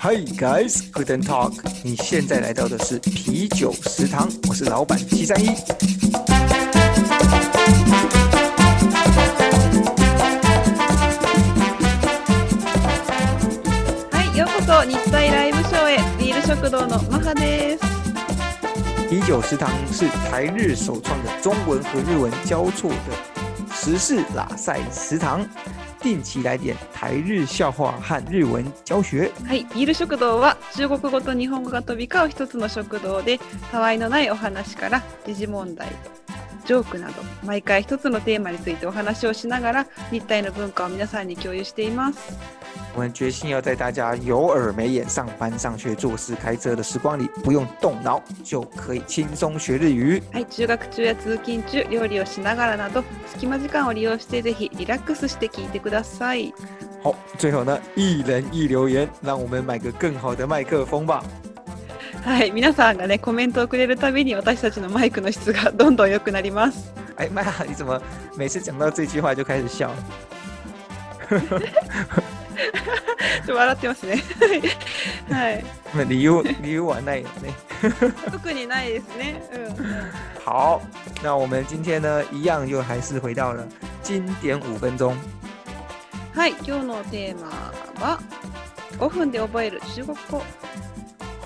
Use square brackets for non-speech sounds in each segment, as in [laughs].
Hi guys, good and talk。你现在来到的是啤酒食堂，我是老板七三一。はい、ようこそ日体ライブショーへビール食堂のマハです。啤酒食堂是台日首创的中文和日文交错的时事拉塞食堂，定期来点台日笑话和日文教学。はい、ビール食堂は中国語と日本語が飛び交う一つの食堂で、たわいのないお話から時事問題、ジョークなど、毎回一つのテーマについてお話をしながら、日体の文化を皆さんに共有しています。我们决心要在大家有耳没眼、上班、上学、做事、开车的时光里，不用动脑就可以轻松学日语。はい、中学中や通勤中、料理をしながらなど、隙間時間を利用してぜひリラックスして聞いてください。好，最后呢，一人一留言，让我们买个更好的麦克风吧。はい、皆さんがね、コメントをくれるたびに私たちのマイクの質がどんどん良くなります。哎妈呀，你怎么每次讲到这句话就开始笑？ちょっと笑ってますね。 [laughs] はい。那理由理由完了也没。特にないですね。う好，那我们今天呢，一样又还是回到了经典五分钟。ん。はい、今日のテーマは5分で覚える中国語。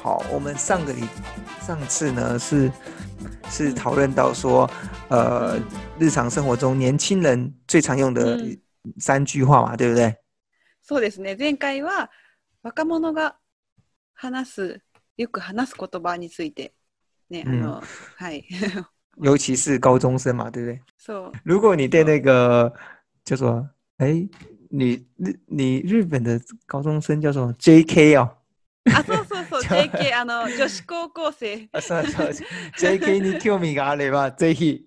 好，我们上个礼上次呢是是讨论到说，呃，日常生活中年轻人最常用的嗯三句话嘛，对不对？そうですね。前回は若者が話すよく話す言葉についてね、あの、はい。 [laughs] 尤其是高中生嘛，对不对？そう。如果你对那个叫什么，哎，你日你日本的高中生叫什么 J.K. 哦，あ、そうそう [laughs] そう。ちょ JK あの女子高校生。啊，算了算了，J.K. 你 Q 米嘎雷吧，J.K.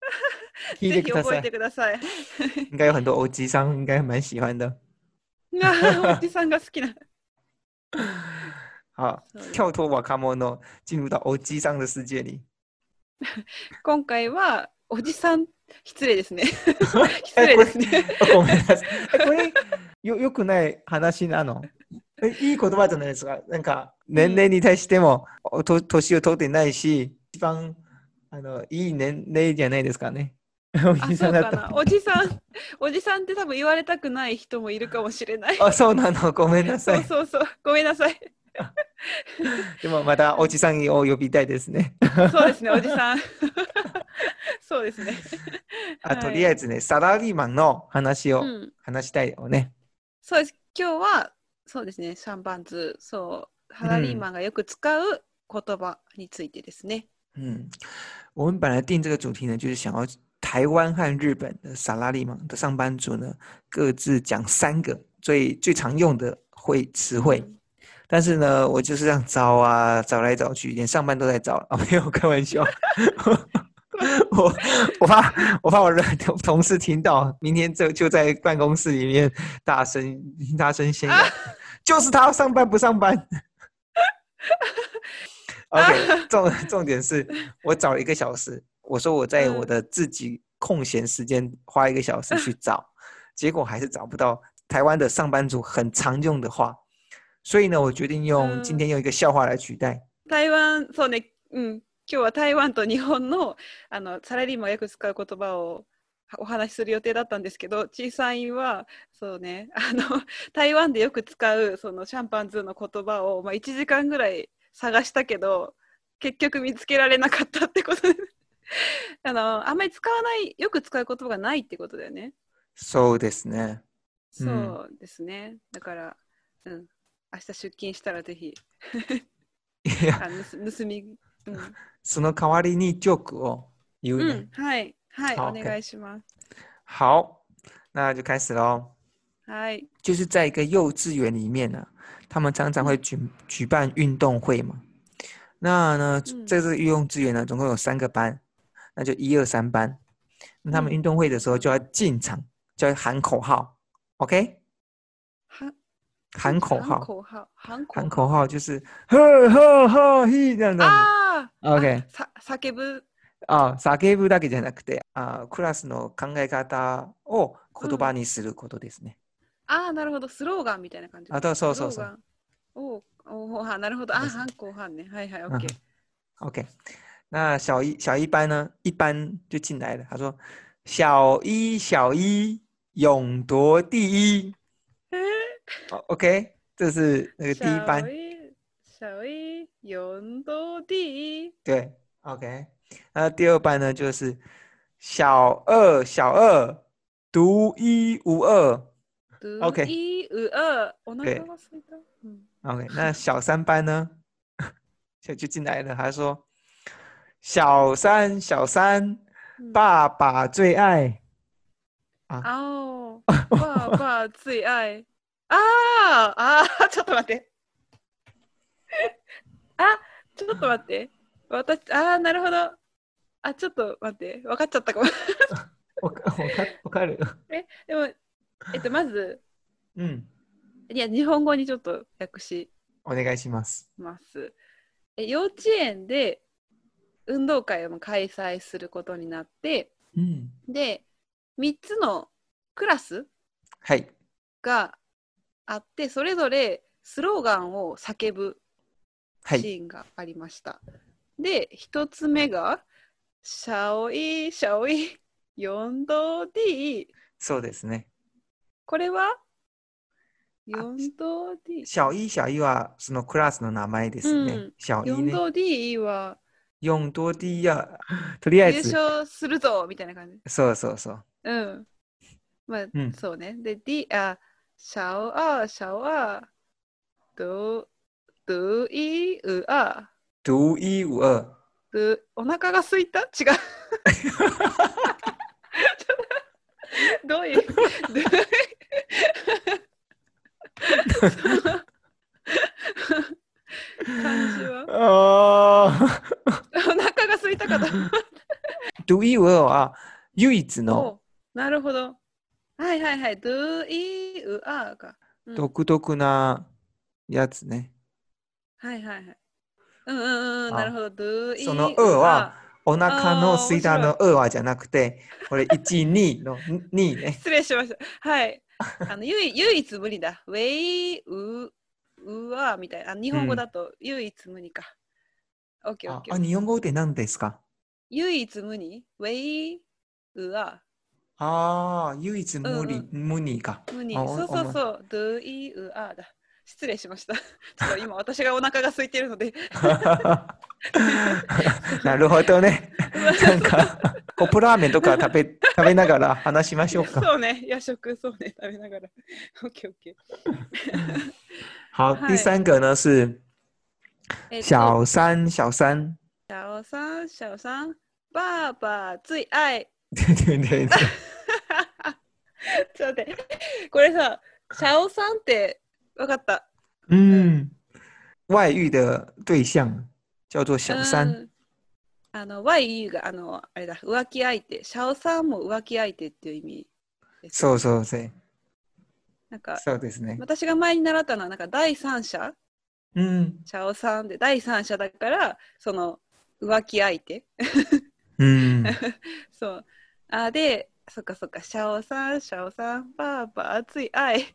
[laughs] ぜぜひひ覚えてください。 [laughs] 应该有很多欧吉桑应该蛮喜欢的。あおじさんが好きな。好，そう跳脱瓦卡莫诺，进入到欧吉桑的世界 [laughs] 里。今回はおじさん失礼 [laughs] ですね。失え礼これですね。ごめんなさい。えこれよよくない話なの。えいい言葉じゃないですか。なんか年齢に対しても、おと年を取ってないし、一番あのいい年齢じゃないですかね。おあ、じ [laughs] そさうんだかったな。。おじさ [laughs] ん、おじさんって多分言われたくない人もいるかもしれない。あ、そうなの。ごめんなさ [laughs] そい。うそうそう。ごめんなさい。でもまたおじさんを呼びたいですね。そうですね、おじさん。 [laughs] そうですね。あ、はいとりあえずね、サラリーマンの話を、うん。話したいよね。そうです。今日は、そうですね、シャンパンズ、そう、サラリーマンがよく使う言葉についてですね。嗯，我们本来定这个主题呢，就是想要台湾和日本的萨拉利芒的上班族呢，各自讲三个最最常用的会词汇。但是呢，我就是这样找啊找来找去，连上班都在找啊，没有开玩笑。 [laughs] 我我怕我怕我的同同事听到，明天就就在办公室里面大声大声宣扬，就是他上班不上班。OK，重重点是我找了一个小时，我说我在我嗯的自己空闲时间花一个小时去找，结果还是找不到台湾的上班族很常用的话，所以呢，我决定用今嗯天用一个笑话来取代。台湾、そうね、うん。今日は台湾と日本のあのサラリーマンがよく使う言葉をお話しする予定だったんですけど、小さいはそうね、あの [laughs] 台湾でよく使うそのシャンパンズの言葉をまあ1時間ぐらい探したけど、結局見つけられなかったってことです。 [laughs] あのあんまり使わないよく使う言葉がないってことだよね。そうですね。うそんうですね。だから、うん、明日出勤したらぜひいや、あの盗盗み、うん、その代わりにジョークを言ううね。ん、はい、はい、好お願いします。好，那就开始喽。はい、就是在一个幼稚园里面呢、他们常常会举举办运动会嘛。那呢，嗯在这个幼稚园呢，总共有三个班，那就一二三班。那他们嗯运动会的时候就要进场，就要喊口号，OK？は喊口反号，口号、反口喊口号就是呵呵呵嘿这样子。ああ、 OK あさ叫ぶ、あ、叫ぶだけじゃなくて、あ、クラスの考え方を言葉にすることですね。ああ、なるほど。スローガンみたいな感じ。あとはそうそうそうスローガン。おうおう、あなるほど。あ、そう半後半ね。はいはい、OK。 OK，那小一小一班呢？一班就进来了。他说：“小一小一勇夺第 [laughs] 一。えー哦” OK，这是那个第一班小。一、小一、四度 D。对，OK。那第二班呢，就是小二小二独一无二。OK 一、う二。お腹が空いた。うん。 OK，那小三班呢？ [laughs] 就就进来了，他说：“小三小三，うん爸爸最爱。あお。ばあばあ、ついあい。ああ、ああ、ちょっと待って。 [laughs] あ、ちょっと待って。私、ああ、なるほど。あ、ちょっと待って。分かっちゃったかも。 [laughs] 我看我看我看了，でも、えっと、まず、嗯。いや、日本語にちょっと訳しお願いします。ます。え幼稚園で運動会を開催することになって、うん。で、3つのクラスはい。があってそれぞれスローガンを叫ぶはシい。ーンがありました、で一つ目が「シャオイシャオイ四度 D そうですね。」これは四度 D 小一、小一はそのクラスの名前ですね。うん小一四ね。度 D は四多第一は、とりあえ優ず。勝するぞみたいな感じそうそうそう。うんまあ、うんそうねで D あシャオアシャオアドドイウア独一無二。うお腹が空いた違う。 [laughs] ちょっとどういう。どういう感じはああ。お腹が空いた [laughs] かと思っ独一無二は唯一たのおなるほどはいはいはいドゥイウアーか、うん独特なやつね。はいはいはいうんうんうんうんあなるほどドゥイそのウウはアお腹のすいたのあ二はじゃなくて、これ一二の [laughs] 二ね。失礼しました [laughs] はいあの唯唯一無二だウェイウウアーみたいなあ日本語だと唯一無二か、オッケーオッあケーあ、日本語って何ですか唯一無二ウェイウアああ、唯一無二、無二か。無二あそうおそうそうドゥイウアーだ失礼しました [laughs] ちょっと今私がお腹が空いてるので [laughs] なるほど [laughs] ね。なんか、コップラーメンとか食べ食べながら話しましょうか。 [laughs] そうね夜食そうね食べながらオッケーオッケ好，はい第三个呢是ーえっと小三，小三， [laughs] シャオさんシャオさんバーバー最愛对对对对， [laughs] ちょっと待ってこれさシャオさんって分かった嗯，外遇的对象叫做小三，うんあの YU があのあれだ浮気相手シャオさんも浮気相手っていう意味ですそうそうそう、なんかそうですね。私が前に習ったのはなんか第三者うん、シャオさんで第三者だからその浮気相手うん、そうあでそっかそっかシャオさんシャオさんばあば熱い愛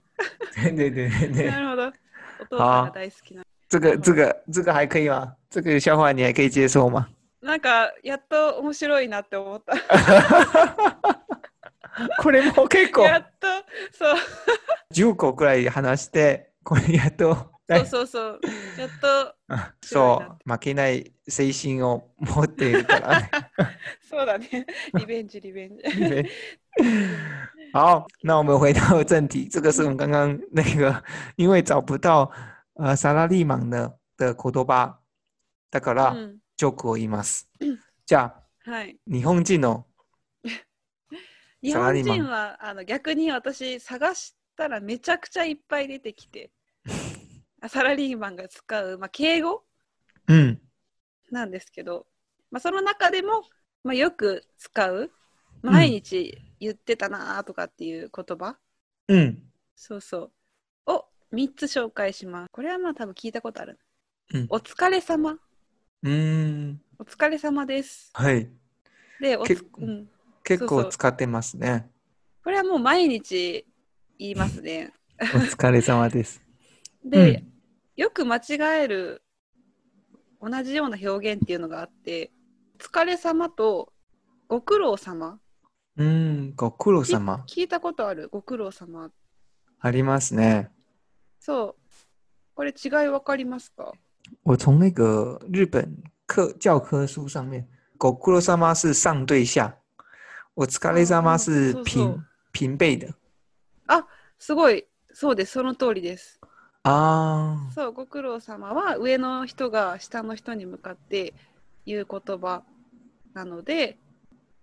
对 [laughs] 对对对な对，るほどお父さんが大好きな这个这个这个还可以吗？这个笑话你还可以接受吗？なんかやっと面白いなって思った [laughs] これも結構 [laughs] やっとそう10個くらい話して、これやっとそうそうそうやっとそう、負けない精神を持っているから [laughs] ね。そうだね [laughs] リベンジリベンジ对 [laughs] 好，那我们回到正题，这个是我们刚刚那个，因为找不到呃萨拉利芒的的言葉だかうらんジョークを言います。じゃあはい日本人の日サラ本リーマン人はあの逆に私探したらめちゃくちゃいっぱい出てきてあサラリーマンが使う、まあ、敬語うんなんですけど、まあ、その中でも、まあ、よく使う毎日言ってたなーとかっていう言葉、うんそうそうを3つ紹介しますこれはまあ多分聞いたことある、うんお疲れ様うーんお疲れ様ですはいでおつ結構うん、結そう構そう使ってますね。これはもう毎日言いますねお疲れ様です。 [laughs] で、うんよく間違える同じような表現っていうのがあって「疲れ様」と「ご苦労様うん、ご苦労」様。聞いたことある「ご苦労様ありますね。”そうこれ違いわかりますか我从那个日本课教科书上面，狗库洛萨妈是上对下，我斯卡雷萨妈哦是是平、是平辈的すごいそうですその通りです啊。そうご苦労様は上の人が下の人に向かって言う言葉なので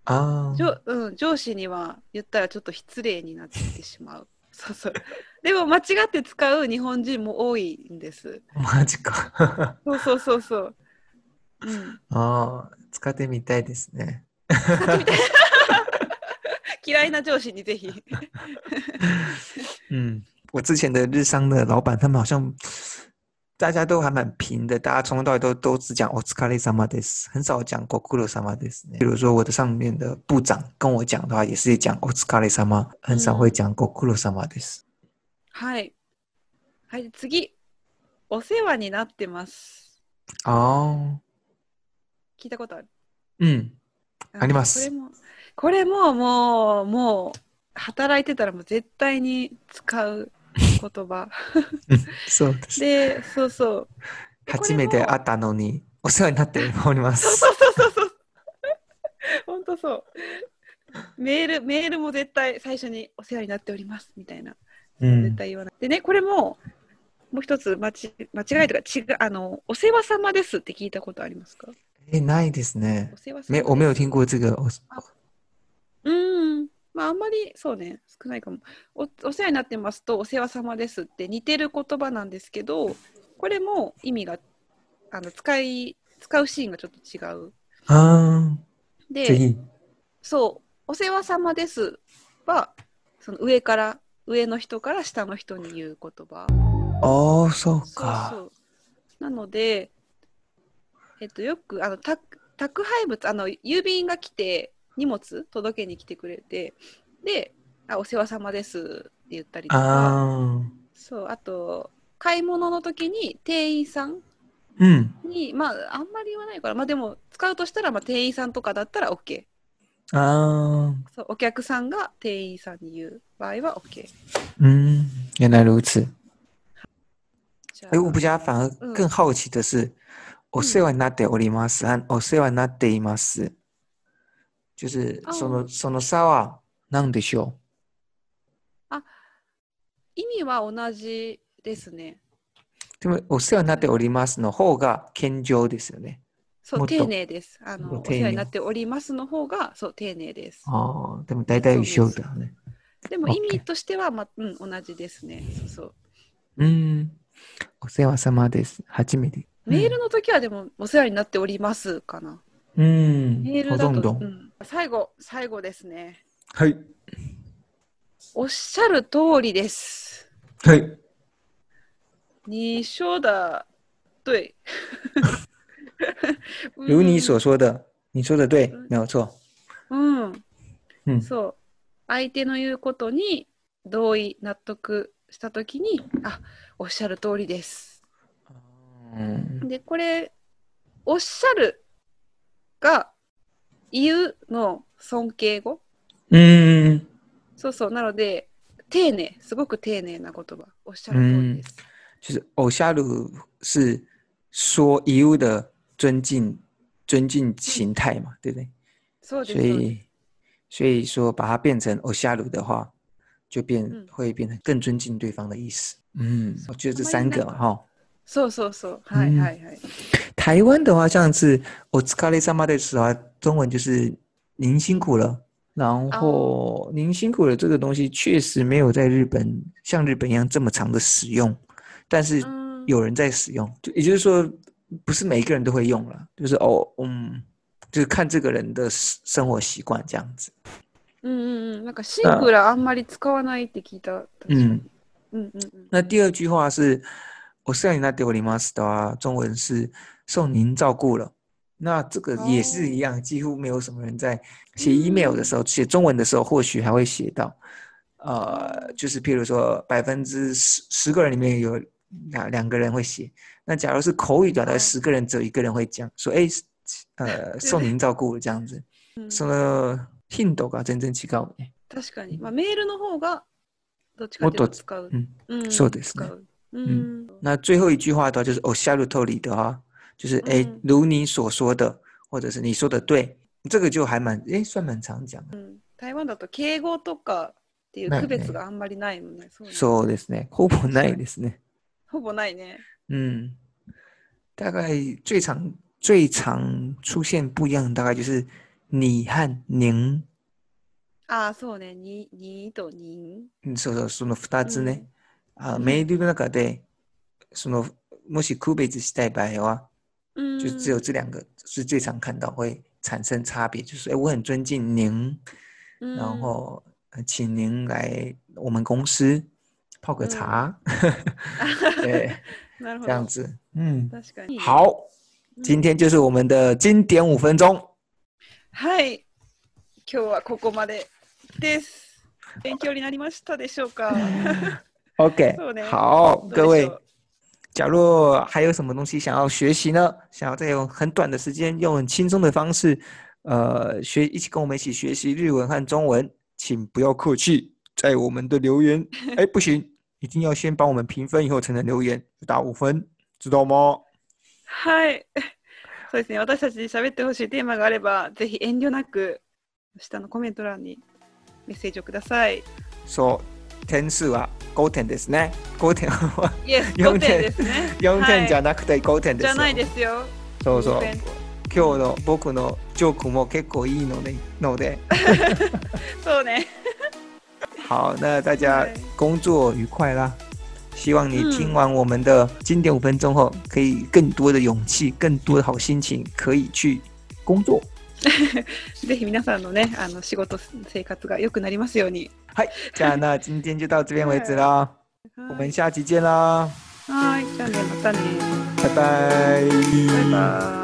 啊上,、うん、上司には言ったらちょっと失礼になってしまう。 [laughs] そうそうでも間違って使う日本人も多いんです。マジか。 [laughs] そうそうそうそう。うん、ああ、使ってみたいですね。嫌いな上司にぜひ。嗯，我之前的日商的老板，他们好像大家都还蛮平的，大家从头到尾都都只讲哦，斯卡雷萨马德斯，很少讲过库洛萨马德斯。比如说我的上面的部长跟我讲的话，也是讲哦，斯卡雷萨马，很少会讲过库洛萨马德斯。はい。はい、次。お世話になってます。哦，聞いたことある。嗯，うんありますこれも、これももう、もう、働いてたらもう絶対に使う言 [laughs] 葉。そうです。で、そうそう。で初め啊て会ったのにお世話になっており [laughs] ます。本当そう。メール、メールも絶対最初にお世話になっておりますみたいな。うん絶対言わない。でね、これも、もう一つ間ち間違いとか違う、あの、お世話様ですって聞いたことありますかえ、ないですねお。世話様哎没有，です我没有听过这个。我うん。まあ、あんまり、そうね、少ないかも。おお世話になってますと、お世話様ですって似てる言葉なんですけど、これも意味が、あの、使い、使うシーンがちょっと違う。啊あで、ーぜひ。そう、お世話様ですは、その上から、上の人から下の人に言う言葉。おー、そうそうそか。う。なので、えっと、よく、あの、宅宅配物、あの、郵便が来て、荷物届けに来てくれて、で、あお世話様ですって言ったりとか、ああ、そう、あと、買い物の時に店員さんうん。に、まあ、あんまり言わないから、まあでも、使うとしたら、まあ、店員さんとかだったら OK。あそうお客さんが店員さんに言う場合は OK。ー嗯，原来如此。じゃあ哎，我比较反而更好奇的是，お世話になっております和お世話になっています，就是哦そのその差は何でしょ意味は同じですね。う。でもお世話になっておりますの方が謙譲ですよね。そもうっと丁寧です。あのもっおと丁寧世話になっておりますの方がそう丁寧です。哦，でも大体一緒だよね。でも OK 意味としては、まうん、同じですね。そうそううん。お世話様です。初めて。メールの時はでもお世話になっておりますかな。うん。メールほだと、とうんど。ん、最後最後ですね。はい。おっしゃる通りです。はい。你说的 [laughs] 对。如你所说的，你说的对，没有错。うん、うんそう相手の言うことに同意納得した時にあおっしゃる通りですうん。でこれ「おっしゃる」が「言う」の尊敬語うん。そうそうなので丁寧すごく丁寧な言葉おっしゃる通りです、就是偶像鲁是说 you 的尊敬尊敬形态嘛，对不对？そうで所すそうです以所以说把它变成偶像鲁的话，就变、嗯会变成更尊敬对方的意思。嗯，我觉得这慢慢三个那个哈、そうそうそうはいはいはい、台湾的话像是我斯卡雷萨马的时候，啊中文就是您辛苦了。然后“您辛苦了”这个东西确实没有在日本像日本一样这么长的使用，但是うん有人在使用，就也就是说，不是每一个人都会用了，就是哦，嗯，就是看这个人的生生活习惯这样子。うんうんうんなんかシンクラあんまり使わないって聞いた確かに嗯うんうんうん那第二句话是“我是要你那得我礼貌死的啊”，中文是“受您照顾了”。那这个也是一样，几乎没有什么人在写嗯 email 的时候写中文的时候，或许还会写到。呃，就是譬如说百分之十十个人里面有两两个人会写，那假如是口语表达，嗯十个人只有一个人会讲，说哎，呃，受您照顾这样子。うんその頻度が全然違うね。確かに、まあ、メールの方がどっちかもっていうとっと使うう。ん。んそうですね使う。うん。那最后一句话的话就是哦“おっしゃる通り的”啊，就是“哎嗯，如你所说的”或者是“你说的对”，这个就还蛮哎算蛮常讲的。台湾だと敬語とかっていうないね区別があんまりないもんね。そうねそうですね，ほぼないですね。ほぼないね。嗯，大概最常最常出现不一样的大概就是“你”和“您ああ、そうね。に、にとに。”，嗯，そうそうその二つうねん。あ、うんメールの中でそのもし区別したい場合は。うん。就只有这两个是最常看到会产生差别，就是哎，我很尊敬您，うん然后呃请您来我们公司泡个茶， [laughs] 对，なるほ这样ど。子，嗯，確かに。好，うん今天就是我们的经典五分钟，はい。今日はここまでです。勉強になりましたでしょうか OK，そうね好，どうでしょ各う位，假如还有什么东西想要学习呢？想要再用很短的时间，用很轻松的方式，呃，学一起跟我们一起学习日文和中文，请不要客气，在我们的留 [laughs] 言，哎，不行，一定要先帮我们评分，以后才能留言，打五分，知道吗？はい。そうですね。私たちに喋ってほしいテーマがあれば、ぜひ遠慮なく下のコメント欄にメッセージをください。说点数は5点啊ですね。5点は [laughs] イエス、四点。5点ですね4点じゃはいなくて5点ですじよ。ゃないですよ。そうそう五。点今日の僕のジョークも結構いいので、ので。そうね。好，那大家对工作愉快啦！希望你嗯听完我们的经典五分钟后，可以更多的勇气，更多的好心情，可以去工作。ぜひ皆さんのね、あの仕事生活が良くなりますように。这样，那今天就到这边为止啦，我は们い。下期见啦，はいじゃあね、またね。拜拜。バイバイ。